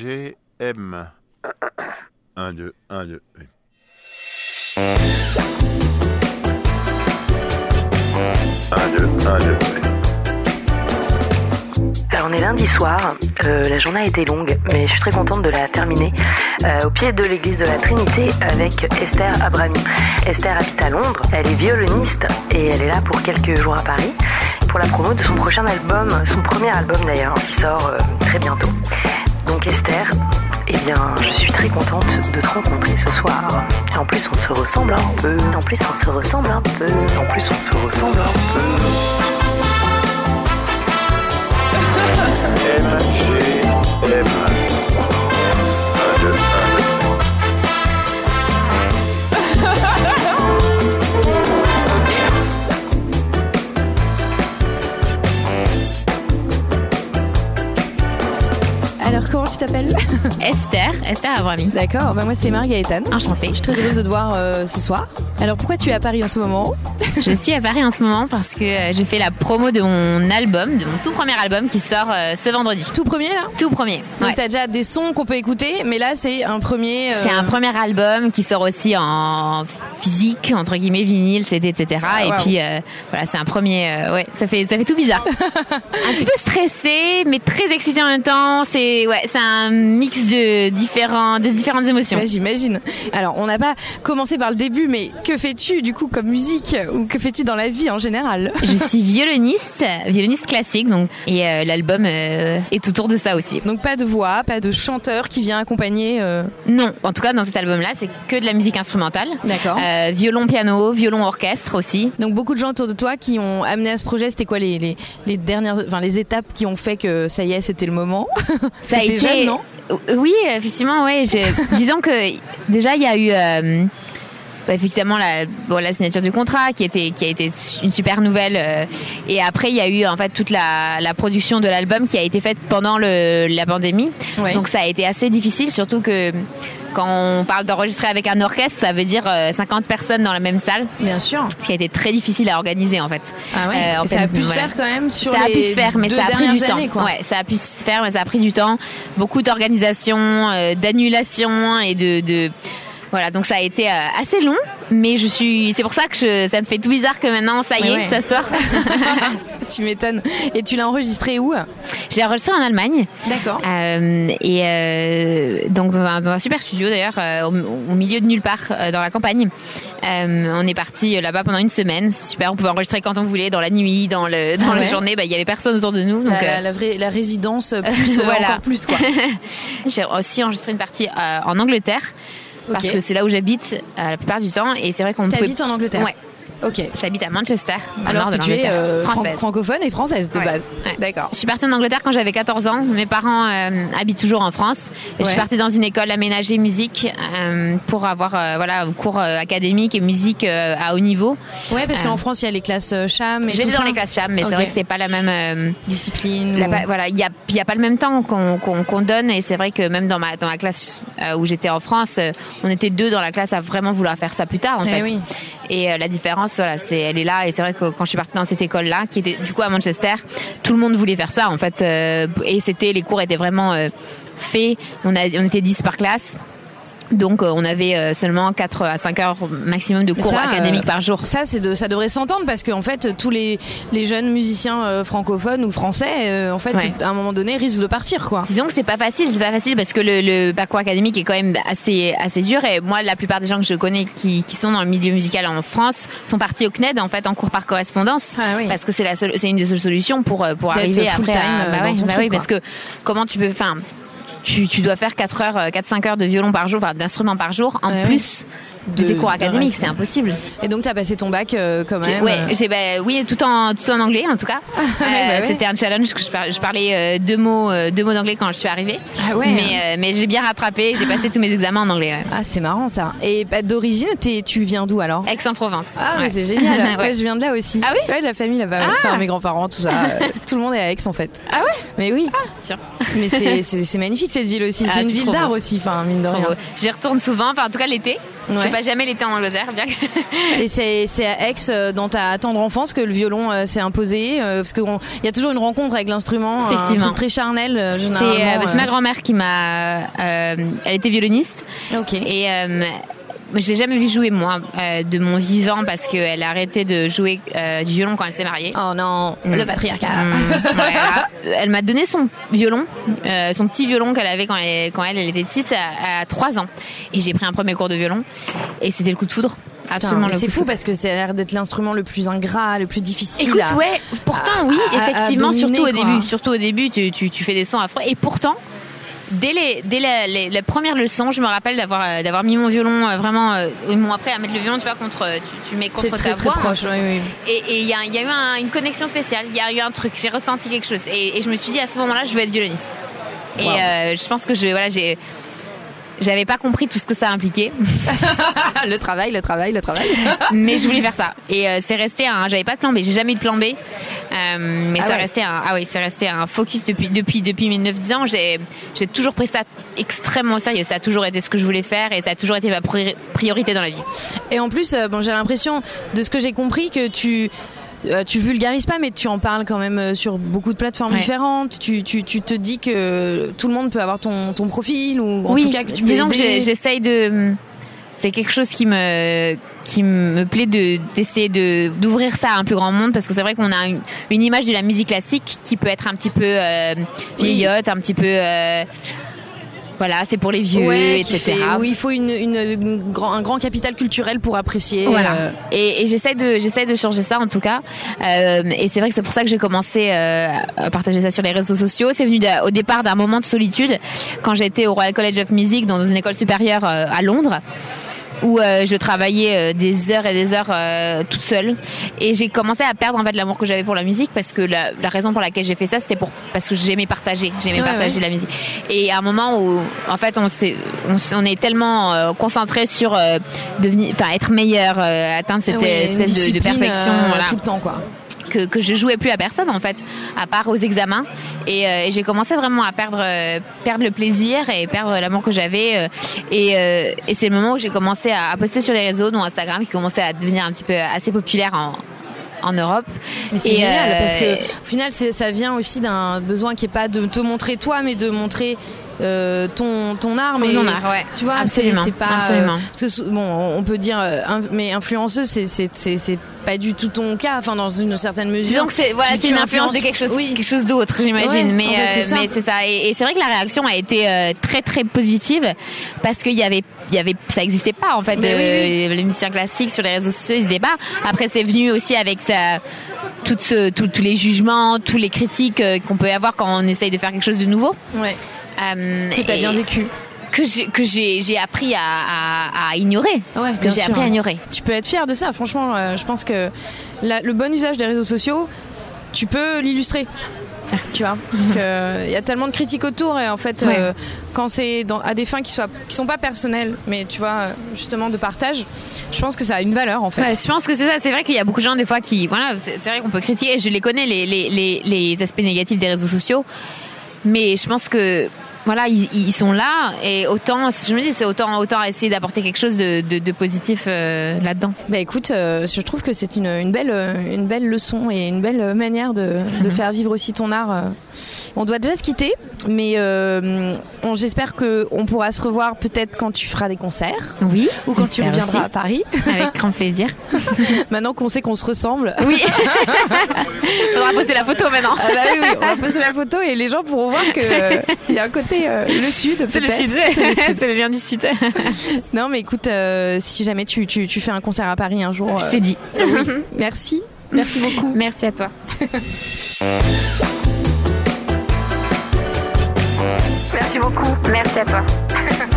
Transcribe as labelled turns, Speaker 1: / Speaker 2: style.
Speaker 1: MGM. 1, 2, 1, 2. Un, deux, un, deux.
Speaker 2: Alors on est lundi soir, Euh, la journée a été longue, mais je suis très contente de la terminer euh, au pied de l'église de la Trinité avec Esther Abrami. Esther habite à Londres, elle est violoniste et elle est là pour quelques jours à Paris pour la promo de son prochain album, son premier album d'ailleurs, qui sort euh, très bientôt. Donc Esther, eh bien je suis très contente de te rencontrer ce soir. Et en plus on se ressemble un peu, en plus on se ressemble un peu, en plus on se ressemble un peu.
Speaker 1: MGM. 1, 2, 1, 2.
Speaker 3: Alors, comment tu t'appelles
Speaker 4: Esther, Esther Abrami.
Speaker 3: D'accord, bah moi c'est Maria Ethan.
Speaker 4: Enchantée.
Speaker 3: Je suis très heureuse de te voir euh, ce soir. Alors, pourquoi tu es à Paris en ce moment
Speaker 4: Je suis à Paris en ce moment parce que euh, je fais la promo de mon album, de mon tout premier album qui sort euh, ce vendredi.
Speaker 3: Tout premier là
Speaker 4: Tout premier.
Speaker 3: Donc,
Speaker 4: Ouais.
Speaker 3: t'as déjà des sons qu'on peut écouter, mais là c'est un premier. euh,
Speaker 4: C'est un premier album qui sort aussi en physique, entre guillemets, vinyle, CD, etc. Et
Speaker 3: Ah, waouh.
Speaker 4: puis, euh, voilà, c'est un premier. euh, ouais, ça fait, ça fait tout bizarre. un petit peu stressé, mais très excité en même temps. C'est ouais, c'est un mix de, différents, de différentes émotions.
Speaker 3: ouais, J'imagine. Alors, on n'a pas commencé par le début, mais que fais-tu du coup comme musique Ou que fais-tu dans la vie en général
Speaker 4: Je suis violoniste, violoniste classique, donc, et euh, l'album euh, est autour de ça aussi.
Speaker 3: Donc, pas de voix, pas de chanteur qui vient accompagner. euh,
Speaker 4: Non, en tout cas dans cet album-là, c'est que de la musique instrumentale.
Speaker 3: D'accord.
Speaker 4: Euh, violon, piano, violon, orchestre aussi.
Speaker 3: Donc, beaucoup de gens autour de toi qui ont amené à ce projet, c'était quoi les, les, les dernières. Enfin, les étapes qui ont fait que ça y est, c'était le moment
Speaker 4: Ça
Speaker 3: T'étais jeune, non
Speaker 4: Euh, Oui, effectivement, ouais. je- Disons que déjà il y a eu. euh, bah, effectivement la, bon, la signature du contrat qui était qui a été su- une super nouvelle euh, et après il y a eu en fait toute la, la production de l'album qui a été faite pendant le, la pandémie
Speaker 3: Ouais.
Speaker 4: donc ça a été assez difficile surtout que hum, quand on parle d'enregistrer avec un orchestre ça veut dire euh, 50 personnes dans la même salle
Speaker 3: Bien sûr.
Speaker 4: ce qui a été très difficile à organiser en fait
Speaker 3: Ah ouais.
Speaker 4: Euh, en
Speaker 3: Et ça a
Speaker 4: fait,
Speaker 3: pu se
Speaker 4: voilà.
Speaker 3: faire quand même sur
Speaker 4: ça a
Speaker 3: les
Speaker 4: pu se faire, mais
Speaker 3: deux
Speaker 4: ça a pris du
Speaker 3: dernières
Speaker 4: temps.
Speaker 3: années, quoi.
Speaker 4: Ouais, ça a pu se faire, mais ça a pris du temps. Beaucoup d'organisation, euh, d'annulation et de, de- voilà. Donc ça a été euh, assez long, mais je suis. C'est pour ça que je- ça me fait tout bizarre que maintenant ça y
Speaker 3: Mais ouais.
Speaker 4: est, ça sort.
Speaker 3: tu m'étonnes. Et tu l'as enregistré où
Speaker 4: J'ai enregistré en Allemagne
Speaker 3: D'accord.
Speaker 4: euh, et euh, donc dans un, dans un super studio d'ailleurs, euh, au, au milieu de nulle part, euh, dans la campagne. Euh, on est parti là-bas pendant une semaine. C'est Super, on pouvait enregistrer quand on voulait, dans la nuit, dans le dans
Speaker 3: Ah ouais Ah
Speaker 4: la journée. Bah, Il y avait personne autour de nous, donc.
Speaker 3: la,
Speaker 4: euh,
Speaker 3: la- la vraie, la résidence plus, euh,
Speaker 4: Voilà.
Speaker 3: encore plus quoi.
Speaker 4: J'ai aussi enregistré une partie euh, en Angleterre parce
Speaker 3: Ok.
Speaker 4: que c'est là où j'habite euh, la plupart du temps et c'est vrai qu'on ne peut.
Speaker 3: T'habites en Angleterre.
Speaker 4: Ouais.
Speaker 3: Ok.
Speaker 4: J'habite à Manchester, dans le
Speaker 3: Alors
Speaker 4: nord de
Speaker 3: que tu es
Speaker 4: l'Angleterre.
Speaker 3: euh, fran-
Speaker 4: Française.
Speaker 3: francophone et française de
Speaker 4: Ouais.
Speaker 3: base.
Speaker 4: Ouais.
Speaker 3: D'accord.
Speaker 4: Je suis partie en Angleterre quand j'avais 14 ans. Mes parents euh, habitent toujours en France. Et Je
Speaker 3: Ouais.
Speaker 4: suis partie dans une école aménagée musique euh, pour avoir euh, voilà un cours euh, académique et musique euh, à haut niveau.
Speaker 3: Ouais, parce
Speaker 4: Euh,
Speaker 3: qu'en France il y a les classes euh, cham et
Speaker 4: J'étais
Speaker 3: tout
Speaker 4: dans
Speaker 3: ça.
Speaker 4: les classes cham, mais
Speaker 3: Ok.
Speaker 4: c'est vrai que c'est pas la même. euh,
Speaker 3: disciplines.
Speaker 4: La
Speaker 3: ou-
Speaker 4: pa- voilà, il n'y a, il y a pas le même temps qu'on qu'on- qu'on donne. Et c'est vrai que même dans ma, dans ma classe euh, où j'étais en France, euh, on était deux dans la classe à vraiment vouloir faire ça plus tard, en
Speaker 3: Eh
Speaker 4: fait.
Speaker 3: oui.
Speaker 4: Et euh, la différence, voilà, c'est elle est là. Et c'est vrai que quand je suis partie dans cette école-là, qui était du coup à Manchester, tout le monde voulait faire ça, en fait. euh, et c'était, les cours étaient vraiment euh, faits. On, a, on était 10 par classe. Donc, euh, on avait euh, seulement 4 à 5 heures maximum de
Speaker 3: Mais
Speaker 4: cours
Speaker 3: ça,
Speaker 4: académiques
Speaker 3: euh,
Speaker 4: par jour.
Speaker 3: Ça, c'est de, ça devrait s'entendre parce qu'en fait, tous les, les jeunes musiciens euh, francophones ou français, euh, en fait,
Speaker 4: Ouais.
Speaker 3: à un moment donné, risquent de partir, quoi.
Speaker 4: Disons que c'est pas facile, c'est pas facile parce que le, le parcours académique est quand même assez assez dur et moi la plupart des gens que je connais qui, qui sont dans le milieu musical en France sont partis au CNED en fait en cours par correspondance
Speaker 3: Ah oui.
Speaker 4: parce que c'est la seule- c'est une des seules solutions pour euh, pour
Speaker 3: D'être
Speaker 4: arriver
Speaker 3: full
Speaker 4: après
Speaker 3: time, euh,
Speaker 4: à, bah
Speaker 3: dans
Speaker 4: ouais,
Speaker 3: ton
Speaker 4: bah
Speaker 3: truc,
Speaker 4: oui,
Speaker 3: quoi.
Speaker 4: parce que comment tu peux enfin tu, tu dois faire 4 heures euh, 4 5 heures de violon par jour enfin d'instruments par jour en
Speaker 3: Ouais,
Speaker 4: plus de,
Speaker 3: De-
Speaker 4: tes cours
Speaker 3: de
Speaker 4: académiques,
Speaker 3: reste.
Speaker 4: c'est impossible.
Speaker 3: Et donc, t'as passé ton bac euh, quand
Speaker 4: J'ai-
Speaker 3: même.
Speaker 4: ouais,
Speaker 3: euh,
Speaker 4: j'ai- bah, oui, tout en tout en anglais en tout cas. Euh,
Speaker 3: ouais, bah ouais.
Speaker 4: C'était un challenge que je parlais, je parlais euh, deux mots euh, deux mots d'anglais quand je suis arrivée.
Speaker 3: Ah ouais.
Speaker 4: Mais, euh, mais j'ai bien rattrapé, j'ai passé tous mes examens en anglais. ouais.
Speaker 3: Ah, c'est marrant ça. Et bah, d'origine, t'es- tu viens d'où alors
Speaker 4: Aix-en-Provence.
Speaker 3: Ah, mais
Speaker 4: Ouais.
Speaker 3: c'est génial. Ouais,
Speaker 4: Ouais.
Speaker 3: je viens de là aussi.
Speaker 4: Ah oui
Speaker 3: Ouais, de la famille là-bas. ouais.
Speaker 4: Ah.
Speaker 3: Enfin, mes grands-parents, tout ça. Euh, tout le monde est à Aix en fait.
Speaker 4: Ah ouais
Speaker 3: Mais oui.
Speaker 4: tiens.
Speaker 3: Mais c'est- c'est c'est magnifique cette ville aussi.
Speaker 4: Ah,
Speaker 3: c'est une
Speaker 4: c'est
Speaker 3: ville
Speaker 4: trop
Speaker 3: d'art
Speaker 4: beau.
Speaker 3: aussi, enfin, mine de rien.
Speaker 4: J'y retourne souvent, enfin en tout cas l'été. Je
Speaker 3: Ouais.
Speaker 4: passe jamais l'été en Angleterre, bien que-
Speaker 3: Et c'est c'est à Aix, euh, dans ta tendre enfance, que le violon euh, s'est imposé euh, Parce qu'il y a toujours une rencontre avec l'instrument, un
Speaker 4: Effectivement.
Speaker 3: truc très charnel, euh,
Speaker 4: C'est
Speaker 3: généralement.
Speaker 4: euh, bah, c'est ma grand-mère qui m'a. euh, elle était violoniste
Speaker 3: euh, Ok.
Speaker 4: et euh, je l'ai jamais vue jouer moi euh, de mon vivant parce qu'elle a arrêté de jouer euh, du violon quand elle s'est mariée.
Speaker 3: Oh non,
Speaker 4: Mm.
Speaker 3: le patriarcat.
Speaker 4: Mm, ouais, voilà. Elle m'a donné son violon, euh, son petit violon qu'elle avait quand elle, quand elle, elle était petite à, à 3 ans. Et j'ai pris un premier cours de violon et c'était le coup de foudre.
Speaker 3: Putain,
Speaker 4: Absolument
Speaker 3: mais
Speaker 4: le
Speaker 3: C'est
Speaker 4: coup de
Speaker 3: fou
Speaker 4: foudre.
Speaker 3: parce que c'est l'air d'être l'instrument le plus ingrat, le plus difficile.
Speaker 4: Écoute,
Speaker 3: à-
Speaker 4: ouais, pourtant,
Speaker 3: à-
Speaker 4: oui,
Speaker 3: à- à
Speaker 4: effectivement,
Speaker 3: dominer,
Speaker 4: surtout au
Speaker 3: quoi.
Speaker 4: début. Surtout au début, tu, tu, tu fais des sons affreux. Et pourtant, dès les, dès la, les- la première leçon, je me rappelle d'avoir euh, d'avoir mis mon violon euh, vraiment. euh, ils m'ont appris à mettre le violon, tu vois, contre, euh, tu, tu le mets contre
Speaker 3: C'est
Speaker 4: ta
Speaker 3: très très
Speaker 4: voix. hein.
Speaker 3: proche. oui, oui.
Speaker 4: Et et il y a, il y a eu un- une connexion spéciale, il y a eu un truc, j'ai ressenti quelque chose. Et, et je me suis dit à ce moment-là, je veux être violoniste. Et
Speaker 3: Wow.
Speaker 4: euh, je pense que je, voilà, j'ai, j'avais pas compris tout ce que ça impliquait, Ah,
Speaker 3: le travail, le travail, le travail.
Speaker 4: mais je voulais faire ça. Et euh, c'est resté un, j'avais pas de plan B, j'ai jamais eu de plan B. Euh, mais
Speaker 3: Ah
Speaker 4: ça
Speaker 3: ouais.
Speaker 4: restait un, ah oui, c'est resté un focus depuis, depuis, depuis mes 9-10 ans. J'ai, j'ai toujours pris ça extrêmement au sérieux. Ça a toujours été ce que je voulais faire et ça a toujours été ma priori- priorité dans la vie.
Speaker 3: Et en plus, euh, bon, j'ai l'impression, de ce que j'ai compris, que tu. euh, tu vulgarises pas, mais tu en parles quand même euh, sur beaucoup de plateformes
Speaker 4: Ouais.
Speaker 3: différentes. Tu, tu, tu te dis que tout le monde peut avoir ton, ton profil ou en
Speaker 4: oui,
Speaker 3: tout cas que tu peux
Speaker 4: disons que j'ai-
Speaker 3: aider.
Speaker 4: j'essaye de. C'est quelque chose qui me qui me plaît de d'essayer de d'ouvrir ça à un plus grand monde parce que c'est vrai qu'on a une, une image de la musique classique qui peut être un petit peu euh, vieillotte, un petit peu euh, voilà, c'est pour les vieux,
Speaker 3: Ouais, qui
Speaker 4: etc.
Speaker 3: fait- où il faut une, une- une grand- un grand capital culturel pour apprécier.
Speaker 4: Voilà.
Speaker 3: euh,
Speaker 4: Et, et j'essaie de j'essaie de changer ça en tout cas. Euh, et c'est vrai que c'est pour ça que j'ai commencé euh, à partager ça sur les réseaux sociaux. C'est venu d'un- au départ d'un moment de solitude quand j'étais au Royal College of Music dans une école supérieure euh, à Londres où euh, je travaillais euh, des heures et des heures euh, toute seule et j'ai commencé à perdre en fait l'amour que j'avais pour la musique parce que la, la raison pour laquelle j'ai fait ça c'était pour parce que j'aimais partager j'aimais
Speaker 3: Ouais,
Speaker 4: partager la musique et à un moment où en fait on s'est on, s- on est tellement euh, concentré sur euh, devenir enfin être meilleur euh, atteindre cette
Speaker 3: ouais, une
Speaker 4: espèce de- de,
Speaker 3: discipline,
Speaker 4: perfection
Speaker 3: euh,
Speaker 4: voilà,
Speaker 3: tout le temps quoi.
Speaker 4: que, que je jouais plus à personne en fait à part aux examens et, euh, et j'ai commencé vraiment à perdre euh, perdre le plaisir et perdre l'amour que j'avais euh, et, euh, et c'est le moment où j'ai commencé à, à poster sur les réseaux dont Instagram qui commençait à devenir un petit peu assez populaire en en Europe
Speaker 3: Mais c'est
Speaker 4: Et,
Speaker 3: génial
Speaker 4: euh,
Speaker 3: parce que au final c'est- ça vient aussi d'un besoin qui est pas de te montrer toi mais de montrer euh, ton ton art mais
Speaker 4: Vous en avez, ouais.
Speaker 3: tu vois c'est
Speaker 4: absolument
Speaker 3: c'est pas euh,
Speaker 4: absolument
Speaker 3: parce que sou- bon on on peut dire euh, inf- mais influenceuse c'est c'est c'est c'est pas du tout ton cas enfin dans une certaine mesure
Speaker 4: Disons que c'est voilà,
Speaker 3: Tu-
Speaker 4: c'est
Speaker 3: tu
Speaker 4: une
Speaker 3: influences-
Speaker 4: influence de quelque chose,
Speaker 3: oui.
Speaker 4: quelque chose d'autre, j'imagine.
Speaker 3: Ouais,
Speaker 4: mais
Speaker 3: en fait, c'est
Speaker 4: euh,
Speaker 3: ça.
Speaker 4: mais c'est ça. Et, et c'est vrai que la réaction a été euh, très très positive parce qu'il y avait, il y avait, ça n'existait pas en fait.
Speaker 3: Mais
Speaker 4: euh, Les musiciens classiques sur les réseaux sociaux, ils se débattent. Après, c'est venu aussi avec ça. Tout ce, tout- tous les jugements, tous les critiques euh, qu'on peut avoir quand on essaye de faire quelque chose de nouveau.
Speaker 3: ouais,
Speaker 4: Euh,
Speaker 3: que t'as
Speaker 4: et-
Speaker 3: bien vécu
Speaker 4: que j'ai- que j'ai j'ai appris à, à- à ignorer.
Speaker 3: ouais
Speaker 4: Que j'ai appris à ignorer.
Speaker 3: tu peux être fier de ça. Franchement, euh, je pense que la- le bon usage des réseaux sociaux, tu peux l'illustrer.
Speaker 4: Merci.
Speaker 3: Tu vois, parce que il y a tellement de critiques autour et en fait,
Speaker 4: Ouais.
Speaker 3: euh, quand c'est dans- à des fins qui soient qui sont pas personnelles, mais tu vois euh, justement de partage, je pense que ça a une valeur en fait.
Speaker 4: Ouais, je pense que c'est ça. C'est vrai qu'il y a beaucoup de gens des fois qui, voilà, c'est c'est vrai qu'on peut critiquer. Et je les connais les, les, les, les aspects négatifs des réseaux sociaux, mais je pense que voilà, ils, ils sont là et autant, je me dis, c'est autant autant essayer d'apporter quelque chose de, de, de positif euh, là-dedans.
Speaker 3: Bah écoute, euh, je trouve que c'est une, une belle euh, une belle leçon et une belle euh, manière de, de faire vivre aussi ton art. euh. On doit déjà se quitter, mais euh, on- j'espère que on pourra se revoir peut-être quand tu feras des concerts
Speaker 4: Oui.
Speaker 3: ou quand tu
Speaker 4: j'espère
Speaker 3: reviendras à
Speaker 4: aussi.
Speaker 3: Paris.
Speaker 4: Avec grand plaisir.
Speaker 3: Maintenant qu'on sait qu'on se ressemble,
Speaker 4: Oui. Faudra poster la photo maintenant.
Speaker 3: ah bah oui, oui, on va poster la photo et les gens pourront voir qu'il y a un côté euh, le sud peut-être.
Speaker 4: C'est le sud.
Speaker 3: C'est le sud.
Speaker 4: C'est le lien du sud.
Speaker 3: Non mais écoute, euh, si jamais tu, tu, tu fais un concert à Paris un jour,
Speaker 4: Je
Speaker 3: euh,
Speaker 4: te dis.
Speaker 3: oui. merci. Merci beaucoup.
Speaker 4: Merci à toi.
Speaker 2: Merci beaucoup. Merci à toi.